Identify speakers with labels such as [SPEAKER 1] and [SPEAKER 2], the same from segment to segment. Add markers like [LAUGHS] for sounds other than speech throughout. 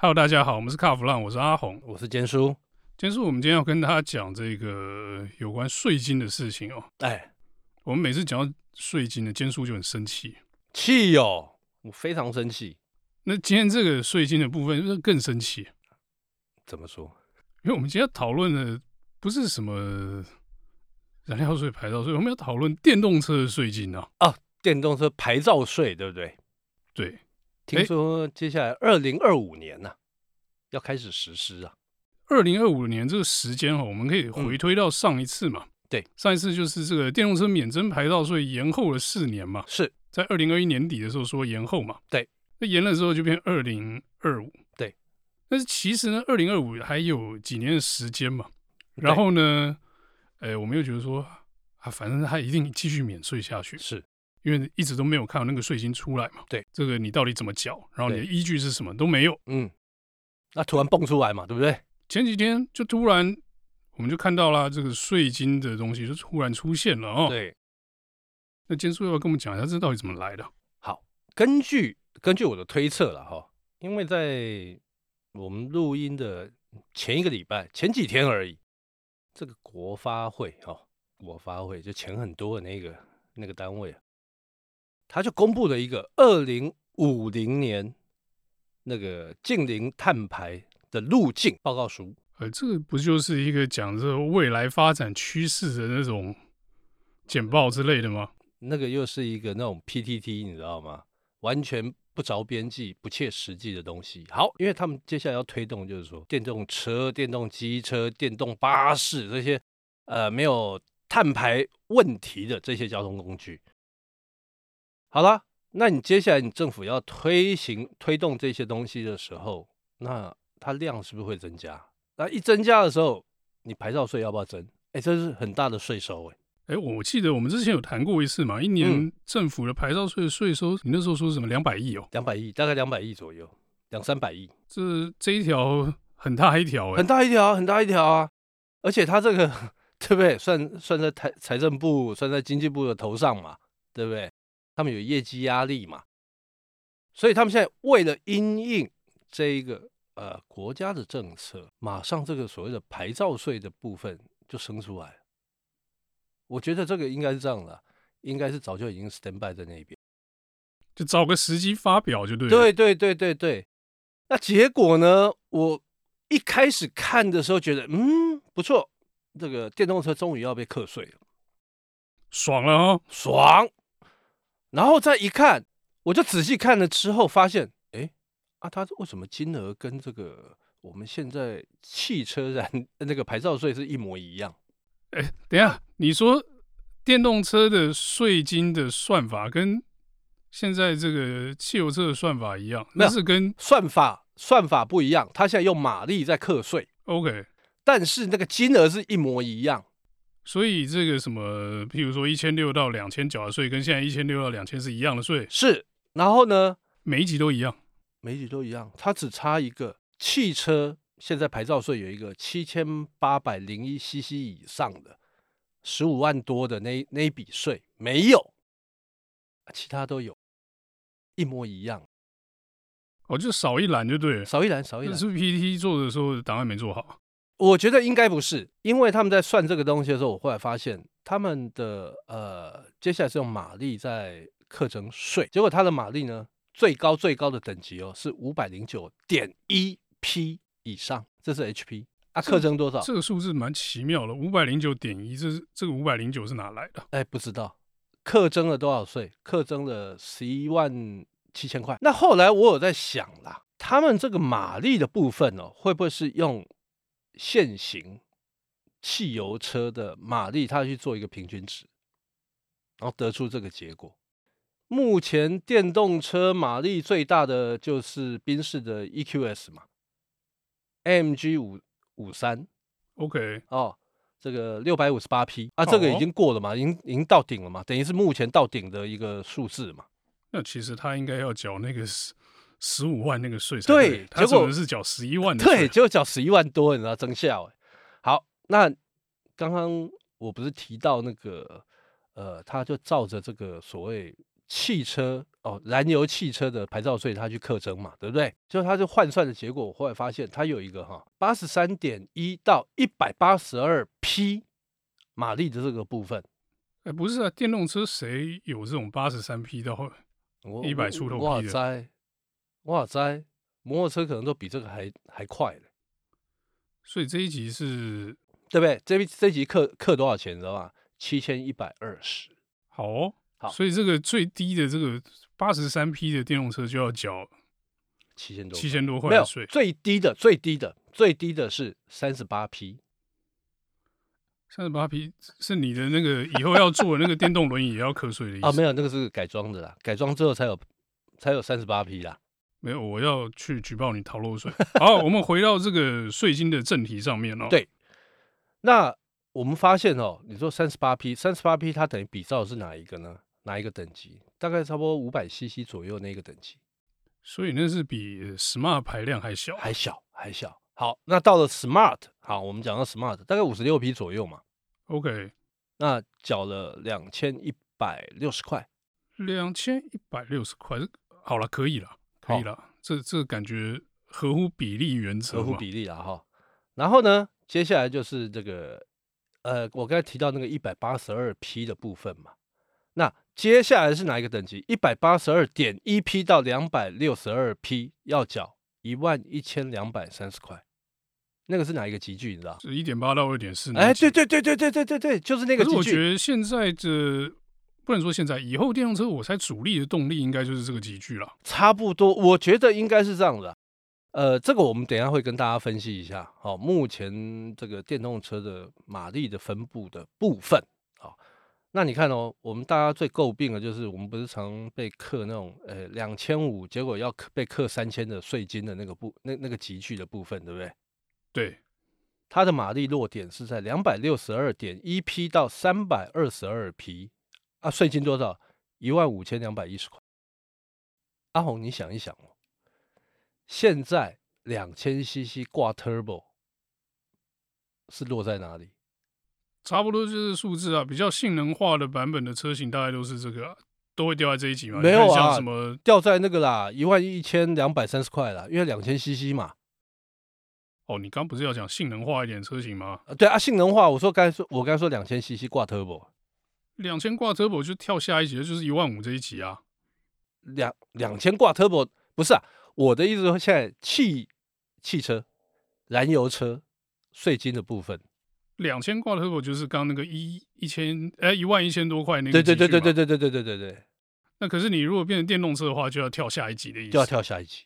[SPEAKER 1] Hello，大家好，我们是卡弗浪，我是阿红。
[SPEAKER 2] 我是坚叔。
[SPEAKER 1] 今天是我们今天要跟大家讲这个呃有关税金的事情哦。
[SPEAKER 2] 哎，
[SPEAKER 1] 我们每次讲到税金呢，坚叔就很生气。
[SPEAKER 2] 气哦，我非常生气。
[SPEAKER 1] 那今天这个税金的部分，就是更生气，
[SPEAKER 2] 怎么说？
[SPEAKER 1] 因为我们今天要讨论的不是什么燃料税、牌照税，我们要讨论电动车的税金啊。
[SPEAKER 2] 电动车牌照税对不对？
[SPEAKER 1] 对，哎
[SPEAKER 2] 听说接下来二零二五年呢、要开始实施啊。
[SPEAKER 1] 二零二五年这个时间哦，我们可以回推到上一次嘛。
[SPEAKER 2] 对，
[SPEAKER 1] 上一次就是这个电动车免征牌照税延后了四年嘛。
[SPEAKER 2] 是
[SPEAKER 1] 在二零二一年底的时候说延后嘛，
[SPEAKER 2] 对，
[SPEAKER 1] 那延了之后就变二零二五，
[SPEAKER 2] 对。
[SPEAKER 1] 但是其实呢，二零二五还有几年的时间嘛。
[SPEAKER 2] 对
[SPEAKER 1] 然后呢，呃，我们又觉得说啊，反正他一定继续免税下去，
[SPEAKER 2] 是，
[SPEAKER 1] 因为一直都没有看到那个税金出来嘛。
[SPEAKER 2] 对，
[SPEAKER 1] 这个你到底怎么缴，然后你的
[SPEAKER 2] 对
[SPEAKER 1] 依据是什么都没有。
[SPEAKER 2] 嗯，那突然蹦出来嘛，对不对？
[SPEAKER 1] 前几天就突然我们就看到啦，这个税金的东西就突然出现了哦。
[SPEAKER 2] 对，
[SPEAKER 1] 那坚叔要不要跟我们讲一下这到底怎么来的？
[SPEAKER 2] 根据根据我的推测了哈，因为在我们录音的前一个礼拜、前几天而已，这个国发会哦，国发会就钱很多的那个那个单位啊，他就公布了一个二零五零年那个近零碳排的路径报告书。
[SPEAKER 1] 呃，这个不就是一个讲这个未来发展趋势的那种简报之类的吗？
[SPEAKER 2] 那个又是一个那种 PTT，你知道吗？完全不着边际、不切实际的东西。好，因为他们接下来要推动，就是说电动车、电动机车、电动巴士这些，呃，没有碳排问题的这些交通工具。好啦，那你接下来你政府要推行推动这些东西的时候，那它量是不是会增加？那一增加的时候，你牌照税要不要增？哎，这是很大的税收哎、
[SPEAKER 1] 哎，我记得我们之前有谈过一次嘛，一年
[SPEAKER 2] 嗯
[SPEAKER 1] 政府的牌照税的税收，你那时候说什么两百亿哦？
[SPEAKER 2] 两百亿，大概两百亿左右，两三百亿，
[SPEAKER 1] 这这一条很大一条哎
[SPEAKER 2] 很，大一条，很大一条啊！而且它这个 [LAUGHS] 对不对？算算在财财政部，算在经济部的头上嘛，对不对？他们有业绩压力嘛，所以他们现在为了因应这一个呃国家的政策，马上这个所谓的牌照税的部分就生出来了。我觉得这个应该是这样的，啊应该是早就已经 stand by 在那边。
[SPEAKER 1] 就找个时机发表就对了。
[SPEAKER 2] 对对对对对。那结果呢？我一开始看的时候觉得，嗯，不错，这个电动车终于要被课税了，
[SPEAKER 1] 爽了哦，
[SPEAKER 2] 爽。然后再一看，我就仔细看了之后，发现，哎，啊，它为什么金额跟这个我们现在汽车燃呃那个牌照税是一模一样？
[SPEAKER 1] 哎，等一下，你说电动车的税金的算法跟现在这个汽油车的算法一样，那
[SPEAKER 2] 没有
[SPEAKER 1] 是跟
[SPEAKER 2] 算法算法不一样，它现在用马力在课税，
[SPEAKER 1] OK，
[SPEAKER 2] 但是那个金额是一模一样。
[SPEAKER 1] 所以这个什么，譬如说一千六到两千缴的税，跟现在一千六到两千是一样的税，
[SPEAKER 2] 是，然后呢，
[SPEAKER 1] 每一级都一样。
[SPEAKER 2] 每一集都一样，它只差一个汽车现在牌照税有一个七千八百零一 CC 以上的十五万多的那那一笔税没有，啊其他都有，一模一样，
[SPEAKER 1] 哦，就少一栏就对了。
[SPEAKER 2] 少一栏少一
[SPEAKER 1] 这
[SPEAKER 2] 栏
[SPEAKER 1] 是。不是 PPT 做的时候档案没做好，
[SPEAKER 2] 我觉得应该不是，因为他们在算这个东西的时候，我后来发现他们的呃，接下来是用马力在课征税，结果它的马力呢，最高最高的等级哦是五百零九点一 P 以上，这是 HP 啊，
[SPEAKER 1] 这个
[SPEAKER 2] 课征多少？
[SPEAKER 1] 这个数字蛮奇妙的，五百零九点一，这是这个五百零九是哪来的？
[SPEAKER 2] 哎，不知道，课征了多少税？课征了十一万七千块。那后来我有在想啦，他们这个马力的部分哦，会不会是用现行汽油车的马力，它去做一个平均值，然后得出这个结果？目前电动车马力最大的就是宾士的 EQS 嘛，AMG 五五三，
[SPEAKER 1] OK，
[SPEAKER 2] 哦，这个六百五十八匹啊，这个
[SPEAKER 1] 哦
[SPEAKER 2] 已经过了嘛，已经已经到顶了嘛，等于是目前到顶的一个数字嘛。
[SPEAKER 1] 那其实他应该要缴那个十十五万那个税才
[SPEAKER 2] 对
[SPEAKER 1] 他
[SPEAKER 2] 结果
[SPEAKER 1] 可能是缴十一万的税。
[SPEAKER 2] 对，就缴十一万多，你知道增效哎。好，那刚刚我不是提到那个呃，他就照着这个所谓汽车哦，燃油汽车的牌照税它去课征嘛，对不对？就它就换算的结果，我后来发现它有一个哈，八十三点一到一百八十二匹马力的这个部分，
[SPEAKER 1] 哎，不是啊，电动车谁有这种八十三匹的后？
[SPEAKER 2] 我
[SPEAKER 1] 100出头匹
[SPEAKER 2] 哇
[SPEAKER 1] 的
[SPEAKER 2] 塞，哇塞，摩托车可能都比这个还还快嘞，
[SPEAKER 1] 所以这一集是
[SPEAKER 2] 对不对？这这集课课多少钱，你知道吗？七千一百二十。
[SPEAKER 1] 好哦，
[SPEAKER 2] 好
[SPEAKER 1] 所以这个最低的这个八十三匹的电动车就要缴
[SPEAKER 2] 七千多块，
[SPEAKER 1] 七千多块
[SPEAKER 2] 没有
[SPEAKER 1] 的税，
[SPEAKER 2] 最低的，最低的，最低的是三十八匹，
[SPEAKER 1] 三十八匹是你的那个以后要坐的那个电动轮椅也要课税的意思
[SPEAKER 2] 啊，没有，那个是改装的啦，改装之后才有才有三十八匹啦。
[SPEAKER 1] 没有，我要去举报你逃漏税。 [LAUGHS] 好，我们回到这个税金的正题上面哦。
[SPEAKER 2] 对那我们发现哦，你说三十八匹，三十八匹它等于比照的是哪一个呢？哪一个等级？大概差不多五百 CC 左右那个等级，
[SPEAKER 1] 所以那是比呃 smart 排量还小。
[SPEAKER 2] 还小还小。好，那到了 Smart，好，我们讲到 Smart，大概五十六匹左右嘛，
[SPEAKER 1] OK，
[SPEAKER 2] 那缴了两千一百六十块。
[SPEAKER 1] 两千一百六十块，好了，可以了，可以了。这这感觉合乎比例原则
[SPEAKER 2] 合乎
[SPEAKER 1] 嘛
[SPEAKER 2] 比例了哈。然后呢，接下来就是这个呃，我刚才提到那个一百八十二 P 的部分嘛。那接下来是哪一个等级？一百八十二点一 P 到两百六十二 P 要缴一万一千两百三十块，那个是哪一个集句？你知道？
[SPEAKER 1] 是一点八到二点四。
[SPEAKER 2] 哎，对，对对对对对对对，就是那个
[SPEAKER 1] 可是
[SPEAKER 2] 集
[SPEAKER 1] 我
[SPEAKER 2] 句。
[SPEAKER 1] 觉得现在的不能说现在，以后电动车我猜主力的动力应该就是这个集聚了。
[SPEAKER 2] 差不多，我觉得应该是这样的啊。呃，这个我们等一下会跟大家分析一下。好、目前这个电动车的马力的分布的部分，好、那你看哦，我们大家最诟病的就是，我们不是常被克那种呃两千五结果要克被克三千的税金的那个部那那个集聚的部分，对不对？
[SPEAKER 1] 对，
[SPEAKER 2] 它的马力落点是在两百六十二点一匹到三百二十二匹，啊，税金多少？一万五千两百一十块。阿红，你想一想哦，现在两千 CC 挂 Turbo 是落在哪里？
[SPEAKER 1] 差不多就是数字啊。比较性能化的版本的车型，大概都是这个啊、都会掉在这一集嘛。
[SPEAKER 2] 没有啊
[SPEAKER 1] 你看像什么
[SPEAKER 2] 掉在那个啦，一万一千两百三十块啦，因为两千 CC 嘛。
[SPEAKER 1] 哦，你刚不是要讲性能化一点车型吗？
[SPEAKER 2] 呃对啊，性能化，我说该说，我刚才说两千 CC 挂 Turbo，啊
[SPEAKER 1] 两千挂 turbo 就跳下一集，就是一万五这一集啊。
[SPEAKER 2] 两两千挂 Turbo 不是啊，我的意思说现在汽汽车、燃油车税金的部分，
[SPEAKER 1] 两千挂 turbo 就是刚那个一一千哎一万一千多块那个。
[SPEAKER 2] 对对对对对
[SPEAKER 1] 对。
[SPEAKER 2] 对对对对对对，
[SPEAKER 1] 那可是你如果变成电动车的话，就要跳下一集的意思。
[SPEAKER 2] 就要跳下一集。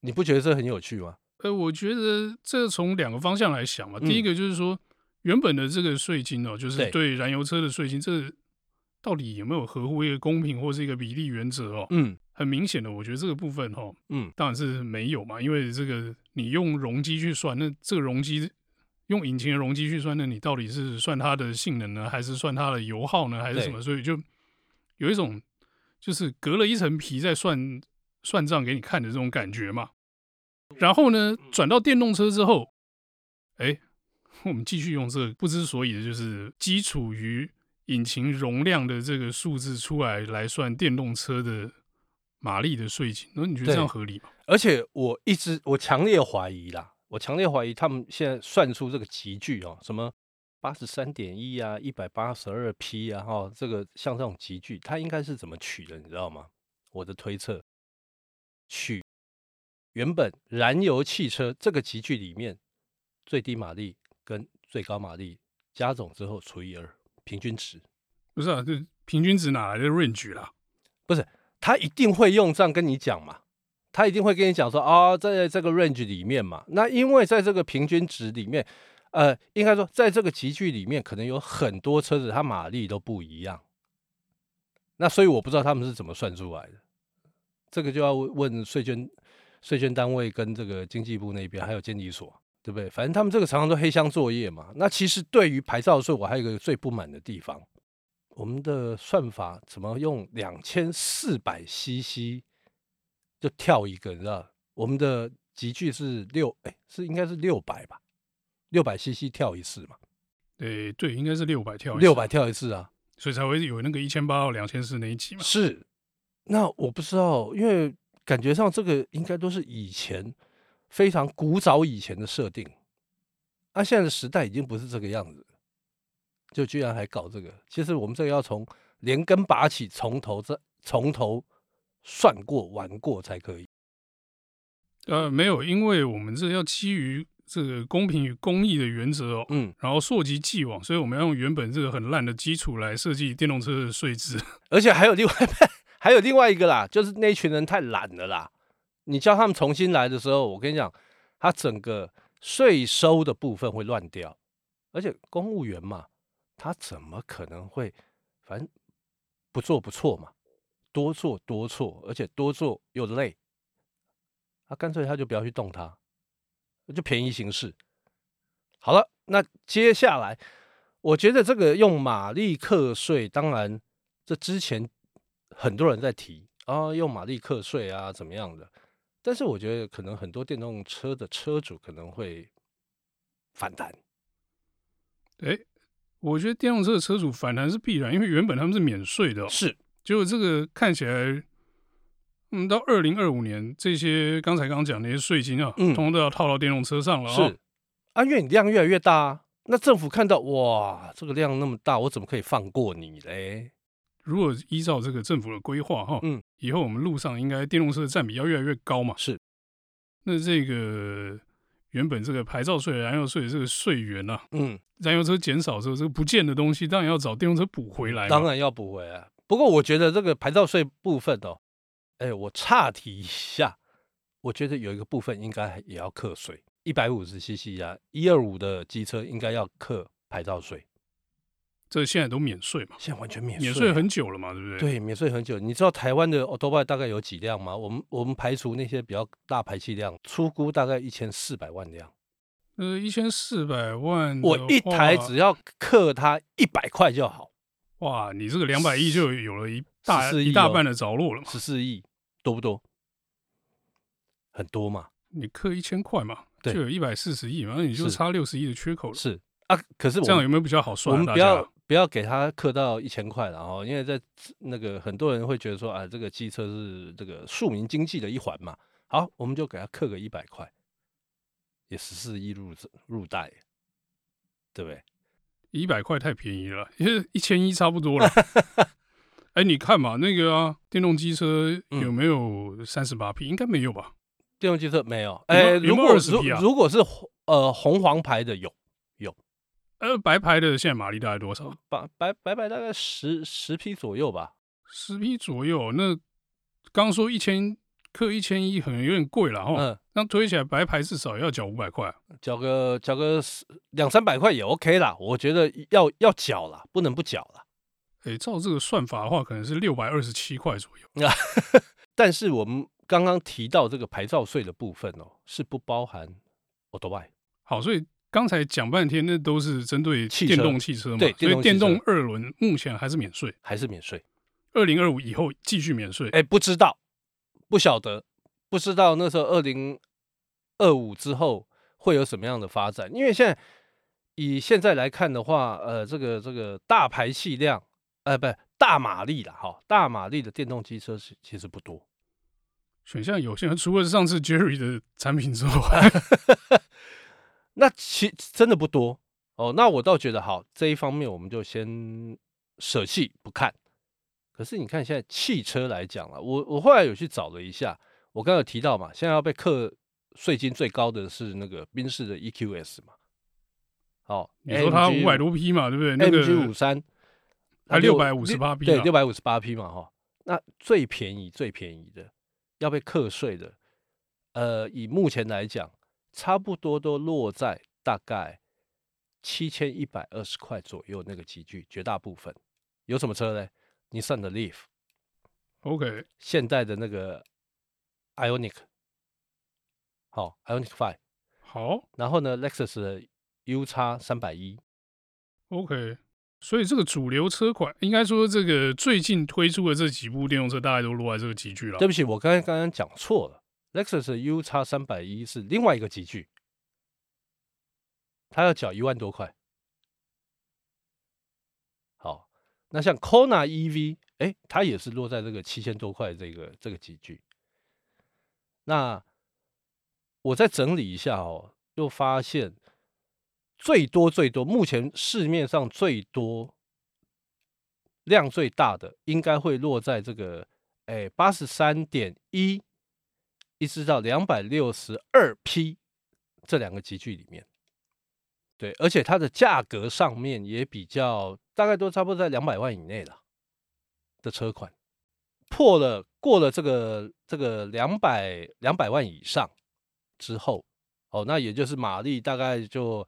[SPEAKER 2] 你不觉得这很有趣吗？
[SPEAKER 1] 呃，我觉得这从两个方向来想嘛。
[SPEAKER 2] 嗯
[SPEAKER 1] 第一个就是说，原本的这个税金哦，就是
[SPEAKER 2] 对
[SPEAKER 1] 对燃油车的税金，这到底有没有合乎一个公平或是一个比例原则哦？
[SPEAKER 2] 嗯
[SPEAKER 1] 很明显的，我觉得这个部分哦，
[SPEAKER 2] 嗯，
[SPEAKER 1] 当然是没有嘛，因为这个你用容积去算，那这个容积用引擎的容积去算，那你到底是算它的性能呢，还是算它的油耗呢，还是
[SPEAKER 2] 对
[SPEAKER 1] 什么？所以就有一种就是隔了一层皮在算算账给你看的这种感觉嘛。然后呢，
[SPEAKER 2] 嗯
[SPEAKER 1] 转到电动车之后，哎， [LAUGHS] 我们继续用这个不知所以的，就是基础于引擎容量的这个数字出来来算电动车的马力的税金，那你觉得
[SPEAKER 2] 对
[SPEAKER 1] 这样合理吗？
[SPEAKER 2] 而且我一直我强烈怀疑啦，我强烈怀疑他们现在算出这个集聚哦，什么八十三点一啊，一百八十二 P 啊，哈、这个像这种集聚，它应该是怎么取的，你知道吗？我的推测，取原本燃油汽车这个集聚里面最低马力跟最高马力加总之后除以二，平均值。
[SPEAKER 1] 不是啊，这平均值哪来的 range 啦？
[SPEAKER 2] 他一定会用这样跟你讲嘛，他一定会跟你讲说哦，在这个 range 里面嘛，那因为在这个平均值里面，呃，应该说在这个集聚里面，可能有很多车子它马力都不一样，那所以我不知道他们是怎么算出来的，这个就要问税捐税捐单位跟这个经济部那边还有监理所。对不对？反正他们这个常常都黑箱作业嘛。那其实对于牌照税，我还有一个最不满的地方，我们的算法怎么用两千四百 CC 就跳一个，你知道？我们的集距是六，哎，是应该是六百吧？六百 CC 跳一次嘛，
[SPEAKER 1] 诶，对，应该是六百跳一次，
[SPEAKER 2] 六百跳一次啊，
[SPEAKER 1] 所以才会有那个一千八到两千四那一 [LAUGHS] 集嘛。
[SPEAKER 2] 是，那我不知道，因为感觉上这个应该都是以前非常古早以前的设定，那、现在的时代已经不是这个样子了，就居然还搞这个。其实我们这个要从连根拔起，从头再从头算过玩过才可以。
[SPEAKER 1] 呃，没有，因为我们这要基于这个公平与公益的原则哦，
[SPEAKER 2] 嗯，
[SPEAKER 1] 然后溯及既往，所以我们要用原本这个很烂的基础来设计电动车的税制。 [LAUGHS]
[SPEAKER 2] 而且还有另外 [LAUGHS] 还有另外一个啦，就是那群人太懒了啦。你叫他们重新来的时候，我跟你讲，他整个税收的部分会乱掉，而且公务员嘛，他怎么可能会反正不做不错嘛，多做多错，而且多做又累，他干脆他就不要去动它，就便宜行事。好了，那接下来我觉得这个用马力课税，当然这之前很多人在提啊，用马力课税啊，怎么样的？但是我觉得可能很多电动车的车主可能会反弹，
[SPEAKER 1] 诶，我觉得电动车的车主反弹是必然，因为原本他们是免税的、哦，
[SPEAKER 2] 是
[SPEAKER 1] 结果这个看起来，嗯，到二零二五年，这些刚才刚刚讲的那些税金啊，
[SPEAKER 2] 嗯
[SPEAKER 1] 通通都要套到电动车上了、哦。
[SPEAKER 2] 是，啊，因为你量越来越大、啊，那政府看到哇，这个量那么大，我怎么可以放过你嘞？
[SPEAKER 1] 如果依照这个政府的规划哈，
[SPEAKER 2] 嗯，
[SPEAKER 1] 以后我们路上应该电动车的占比要越来越高嘛。
[SPEAKER 2] 是，
[SPEAKER 1] 那这个原本这个牌照税、燃油税的这个税源啊，
[SPEAKER 2] 嗯，
[SPEAKER 1] 燃油车减少之后，这个不见的东西当然要找电动车补回来嘛。
[SPEAKER 2] 当然要补回来。不过我觉得这个牌照税部分哦，哎，我岔题一下，我觉得有一个部分应该也要课税，一百五十 CC 啊，一二五的机车应该要课牌照税，
[SPEAKER 1] 这现在都免税嘛，
[SPEAKER 2] 现在完全免税、啊
[SPEAKER 1] 免税很久了嘛，对不对？。
[SPEAKER 2] 对，免税很久。你知道台湾的 Autobike 大概有几辆吗？我们我们排除那些比较大排气量，出估大概一千四百万辆。
[SPEAKER 1] 呃，一千四百万嗯的话，
[SPEAKER 2] 我一台只要克它一百块就好，
[SPEAKER 1] 哇，你这个两百亿就有了一大
[SPEAKER 2] 14亿
[SPEAKER 1] 一大
[SPEAKER 2] 哦
[SPEAKER 1] 半的着落了嘛，
[SPEAKER 2] 十四亿多不多？很多嘛，
[SPEAKER 1] 你克一千块嘛，
[SPEAKER 2] 对
[SPEAKER 1] 就有一百四十亿嘛，那你就是差六十亿的缺口了。
[SPEAKER 2] 是啊。可是我
[SPEAKER 1] 这样
[SPEAKER 2] 们
[SPEAKER 1] 有没有比较好
[SPEAKER 2] 我
[SPEAKER 1] 算、啊？
[SPEAKER 2] 们
[SPEAKER 1] 大
[SPEAKER 2] 不
[SPEAKER 1] 家
[SPEAKER 2] 要不要给它刻到一千块了哦，因为在那个很多人会觉得说啊，这个机车是这个庶民经济的一环嘛。好，我们就给它刻个一百块，也十四亿入入袋，对不对？
[SPEAKER 1] 一百块太便宜了，其实一千一差不
[SPEAKER 2] [LAUGHS]
[SPEAKER 1] 多了。哎，你看嘛，那个啊，电动机车
[SPEAKER 2] 嗯
[SPEAKER 1] 有没有三十八匹？应该没有吧？
[SPEAKER 2] 电动机车没有，
[SPEAKER 1] 有没有
[SPEAKER 2] 哎，
[SPEAKER 1] 有没有
[SPEAKER 2] 如果如
[SPEAKER 1] 20匹啊
[SPEAKER 2] 如果是红呃红黄牌的有
[SPEAKER 1] 呃，白牌的现在马力大概多少？
[SPEAKER 2] 白白白白大概十十匹左右吧，
[SPEAKER 1] 十匹左右。那刚说一千克一千一，可能有点贵了哈。
[SPEAKER 2] 嗯，
[SPEAKER 1] 那推起来白牌至少要缴五百块啊。
[SPEAKER 2] 缴个缴个十两三百块也 OK 啦，我觉得要要缴啦，不能不缴啦。
[SPEAKER 1] 哎，照这个算法的话，可能是六百二十七块左右。
[SPEAKER 2] [LAUGHS] 但是我们刚刚提到这个牌照税的部分哦，是不包含 o t o b i
[SPEAKER 1] 好，所以刚才讲半天，那都是针对
[SPEAKER 2] 汽
[SPEAKER 1] 电
[SPEAKER 2] 车
[SPEAKER 1] 动汽车嘛。
[SPEAKER 2] 对
[SPEAKER 1] 所以
[SPEAKER 2] 电
[SPEAKER 1] 电
[SPEAKER 2] 动汽
[SPEAKER 1] 动
[SPEAKER 2] 车
[SPEAKER 1] 二轮目前还是免税，
[SPEAKER 2] 还是免税？
[SPEAKER 1] 二零二五以后继续免税。
[SPEAKER 2] 哎，不知道，不晓得，不知道那时候二零二五之后会有什么样的发展？因为现在以现在来看的话，呃，这个这个大排气量，呃，不大马力啦，哈，大马力的电动机车是其实不多。
[SPEAKER 1] 选项有限，除了上次 Jerry 的产品之外，
[SPEAKER 2] [LAUGHS] 那其真的不多哦。那我倒觉得好，这一方面我们就先舍弃不看。可是你看现在汽车来讲了，我我后来有去找了一下，我刚刚有提到嘛，现在要被课税金最高的是那个宾士的 EQS 嘛，哦，
[SPEAKER 1] 你说它
[SPEAKER 2] AMG
[SPEAKER 1] 五百多匹嘛，对不对？那
[SPEAKER 2] MG 五
[SPEAKER 1] 个
[SPEAKER 2] 三，
[SPEAKER 1] 还
[SPEAKER 2] 六
[SPEAKER 1] 658匹
[SPEAKER 2] 对，
[SPEAKER 1] 啊
[SPEAKER 2] 六百五十八匹嘛哈。那最便宜最便宜的要被课税的，呃，以目前来讲，差不多都落在大概七千一百二十块左右那个集聚，绝大部分有什么车呢？尼桑的 Leaf，
[SPEAKER 1] OK，
[SPEAKER 2] 现代的那个 Ionic，好、i o n i c Five，
[SPEAKER 1] 好
[SPEAKER 2] 然后呢，Lexus 的 U 叉三百一，
[SPEAKER 1] OK，所以这个主流车款，应该说这个最近推出的这几部电动车，大概都落在这个集聚了
[SPEAKER 2] 对。不起，我刚才刚刚讲错了，Lexus 的 U 叉三百一是另外一个集聚，它要缴一万多块。好，那像 Kona EV，哎，它也是落在这个七千多块这个这个集聚。那我再整理一下哦，又发现最多最多，目前市面上最多量最大的，应该会落在这个哎八十三点一，一直到两百六十二 P 这两个集聚里面。对，而且它的价格上面也比较，大概都差不多在两百万以内了的车款，破了过了这个这个两百两百万以上之后，哦，那也就是马力大概就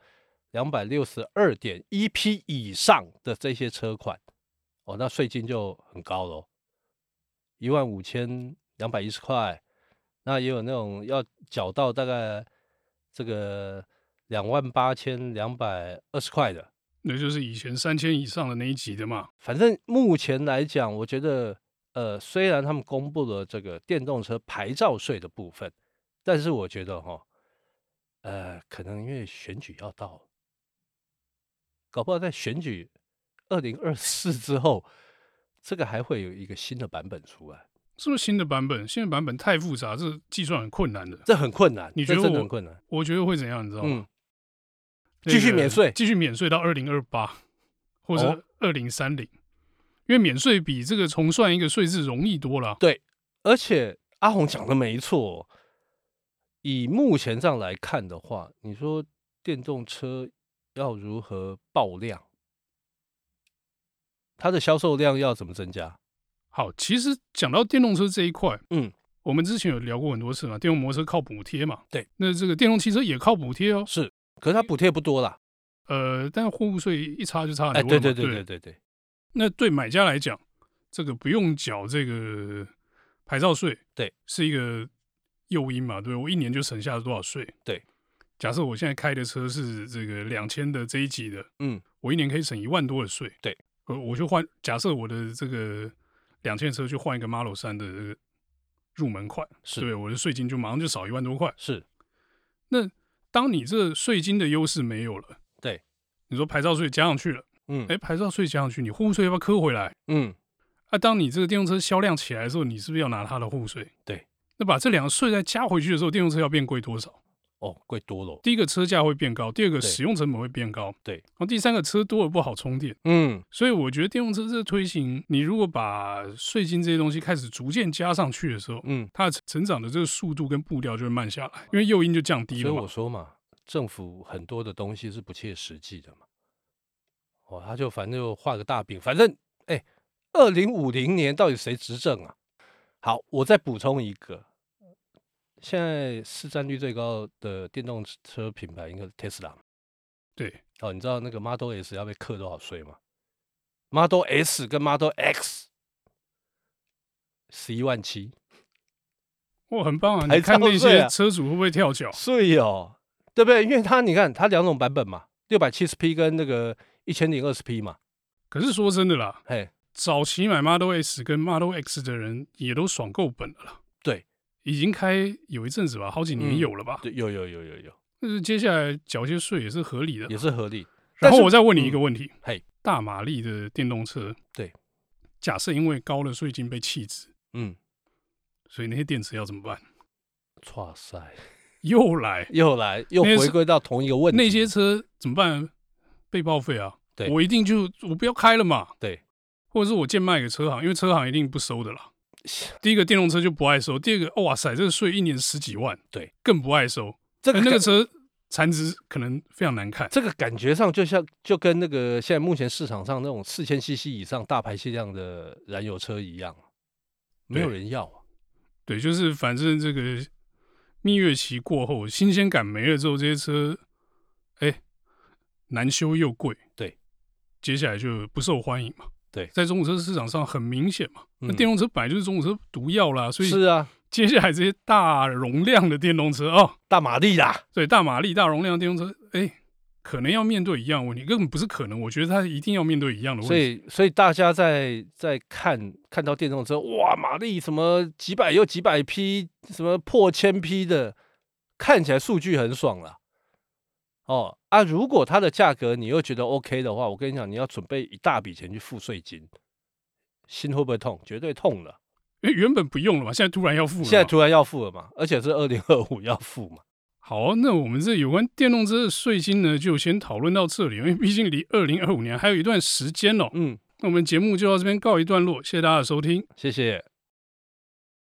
[SPEAKER 2] 两百六十二点一匹以上的这些车款，哦，那税金就很高喽，一万五千两百一十块，那也有那种要缴到大概这个。两万八千两百二十块的，
[SPEAKER 1] 那就是以前三千以上的那一级的嘛。
[SPEAKER 2] 反正目前来讲，我觉得，呃，虽然他们公布了这个电动车牌照税的部分，但是我觉得哈，呃，可能因为选举要到了，搞不好在选举二零二四之后，这个还会有一个新的版本出来。
[SPEAKER 1] 是不是新的版本？新的版本太复杂，这计算很困难的。
[SPEAKER 2] 这很困难，
[SPEAKER 1] 你
[SPEAKER 2] 这
[SPEAKER 1] 觉得
[SPEAKER 2] 真的
[SPEAKER 1] 我哦
[SPEAKER 2] 很困难？
[SPEAKER 1] 我觉得会怎样，你知道吗？
[SPEAKER 2] 嗯，继续
[SPEAKER 1] 那个
[SPEAKER 2] 免税
[SPEAKER 1] 继续免税到二零二八或者
[SPEAKER 2] 哦
[SPEAKER 1] 二零三零，因为免税比这个重算一个税制容易多了。
[SPEAKER 2] 而且阿红讲的没错，以目前上来看的话，你说电动车要如何爆量，它的销售量要怎么增加？
[SPEAKER 1] 好，其实讲到电动车这一块，
[SPEAKER 2] 嗯，
[SPEAKER 1] 我们之前有聊过很多次嘛，电动摩托车靠补贴嘛，
[SPEAKER 2] 对，
[SPEAKER 1] 那这个电动汽车也靠补贴哦，
[SPEAKER 2] 是，可是它补贴不多啦。
[SPEAKER 1] 呃，但货物税一差就差
[SPEAKER 2] 哎，
[SPEAKER 1] 很多啊了
[SPEAKER 2] 对
[SPEAKER 1] 嘛、
[SPEAKER 2] 对对
[SPEAKER 1] 对
[SPEAKER 2] 对对对，
[SPEAKER 1] 那对买家来讲，这个不用缴这个牌照税，
[SPEAKER 2] 对，
[SPEAKER 1] 是一个诱因嘛，对我一年就省下了多少税？
[SPEAKER 2] 对，
[SPEAKER 1] 假设我现在开的车是这个两千的这一级的，
[SPEAKER 2] 嗯，
[SPEAKER 1] 我一年可以省一万多的税，
[SPEAKER 2] 对，
[SPEAKER 1] 呃，我就换，假设我的这个两千车去换一个 Model 三的这个入门款，
[SPEAKER 2] 是
[SPEAKER 1] 对，我的税金就马上就少一万多块。
[SPEAKER 2] 是，
[SPEAKER 1] 当你这税金的优势没有了，
[SPEAKER 2] 对，
[SPEAKER 1] 你说牌照税加上去了，
[SPEAKER 2] 嗯
[SPEAKER 1] 哎，牌照税加上去，你货物税要不要磕回来？
[SPEAKER 2] 嗯，
[SPEAKER 1] 啊，当你这个电动车销量起来的时候，你是不是要拿它的户税？
[SPEAKER 2] 对，
[SPEAKER 1] 那把这两个税再加回去的时候，电动车要变贵多少？
[SPEAKER 2] 哦，贵多了。
[SPEAKER 1] 第一个车价会变高，第二个
[SPEAKER 2] 对
[SPEAKER 1] 使用成本会变高，
[SPEAKER 2] 对
[SPEAKER 1] 然后第三个车多了不好充电，
[SPEAKER 2] 嗯，
[SPEAKER 1] 所以我觉得电动车这个推行，你如果把税金这些东西开始逐渐加上去的时候，
[SPEAKER 2] 嗯，
[SPEAKER 1] 它的成长的这个速度跟步调就会慢下来，因为诱因就降低
[SPEAKER 2] 所以
[SPEAKER 1] 了
[SPEAKER 2] 我
[SPEAKER 1] 嘛。
[SPEAKER 2] 说嘛，政府很多的东西是不切实际的嘛。哦，他就反正就画个大饼，反正哎，二零五零年到底谁执政啊？好，我再补充一个，现在市占率最高的电动车品牌应该是 Tesla 嘛。
[SPEAKER 1] 对，
[SPEAKER 2] 哦，你知道那个 Model S 要被课多少税吗？Model S 跟 Model X 十一万七，
[SPEAKER 1] 哇，很棒啊！
[SPEAKER 2] 牌
[SPEAKER 1] 你看
[SPEAKER 2] 照
[SPEAKER 1] 那
[SPEAKER 2] 税
[SPEAKER 1] 些
[SPEAKER 2] 啊
[SPEAKER 1] 车主会不会跳脚？
[SPEAKER 2] 税哦，对不对？因为它你看它两种版本嘛，六百七十 P 跟那个一千零二十 P 嘛，
[SPEAKER 1] 可是说真的啦，
[SPEAKER 2] 嘿，
[SPEAKER 1] 早期买 Model S 跟 Model X 的人也都爽够本了啦。
[SPEAKER 2] 对，
[SPEAKER 1] 已经开有一阵子吧，好几年
[SPEAKER 2] 嗯
[SPEAKER 1] 有了吧。
[SPEAKER 2] 对，有有有有有，
[SPEAKER 1] 但是接下来缴一些税也是合理的。
[SPEAKER 2] 也是合理。
[SPEAKER 1] 然后
[SPEAKER 2] 但是嗯
[SPEAKER 1] 我再问你一个问题：
[SPEAKER 2] 嘿，
[SPEAKER 1] 大马力的电动车，
[SPEAKER 2] 对，
[SPEAKER 1] 假设因为高的税金被弃置，
[SPEAKER 2] 嗯，
[SPEAKER 1] 所以那些电池要怎么办？
[SPEAKER 2] 哇塞，
[SPEAKER 1] 又来
[SPEAKER 2] 又来又
[SPEAKER 1] 那是
[SPEAKER 2] 回归到同一个问题，
[SPEAKER 1] 那些车怎么办？被报废啊！
[SPEAKER 2] 对
[SPEAKER 1] 我一定就我不要开了嘛。
[SPEAKER 2] 对，
[SPEAKER 1] [LAUGHS] 或者是我贱卖给车行，因为车行一定不收的啦。第一个电动车就不爱收，第二个哇塞，这个税一年十几万，
[SPEAKER 2] 对，
[SPEAKER 1] 更不爱收。哎
[SPEAKER 2] 这
[SPEAKER 1] 那呃
[SPEAKER 2] 个
[SPEAKER 1] 那个
[SPEAKER 2] 感
[SPEAKER 1] 车残值可能非常难看。
[SPEAKER 2] 这个感觉上就像就跟那个现在目前市场上那种四千 CC 以上大排气量的燃油车一样，没有
[SPEAKER 1] 对
[SPEAKER 2] 人要啊。
[SPEAKER 1] 对，就是反正这个蜜月期过后，新鲜感没了之后，这些车哎难修又贵，
[SPEAKER 2] 对，接
[SPEAKER 1] 接下来就不受欢迎嘛。
[SPEAKER 2] 对
[SPEAKER 1] 在中古车市场上很明显嘛，那
[SPEAKER 2] 嗯
[SPEAKER 1] 电动车本来就是中古车毒药啦，所以
[SPEAKER 2] 是啊，
[SPEAKER 1] 接下来这些大容量的电动车哦，
[SPEAKER 2] 大马力啊啦，
[SPEAKER 1] 对，大马力、大容量电动车，哎、可能要面对一样的问题，根本不是可能，我觉得它一定要面对一样的问
[SPEAKER 2] 所
[SPEAKER 1] 题。
[SPEAKER 2] 以所以大家在在看看到电动车，哇，马力什么几百又几百匹，什么破千匹的，看起来数据很爽啦。哦啊，如果它的价格你又觉得 OK 的话，我跟你讲，你要准备一大笔钱去付税金，心会不会痛？绝对痛的。
[SPEAKER 1] 因哎为原本不用了嘛，现在突然要付了嘛。
[SPEAKER 2] 现在突然要付了嘛，而且是二零二五要付嘛。
[SPEAKER 1] 好，那我们这有关电动车的税金呢，就先讨论到这里，因为毕竟离二零二五年还有一段时间哦。
[SPEAKER 2] 嗯，
[SPEAKER 1] 那我们节目就到这边告一段落，谢谢大家的收听。
[SPEAKER 2] 谢谢。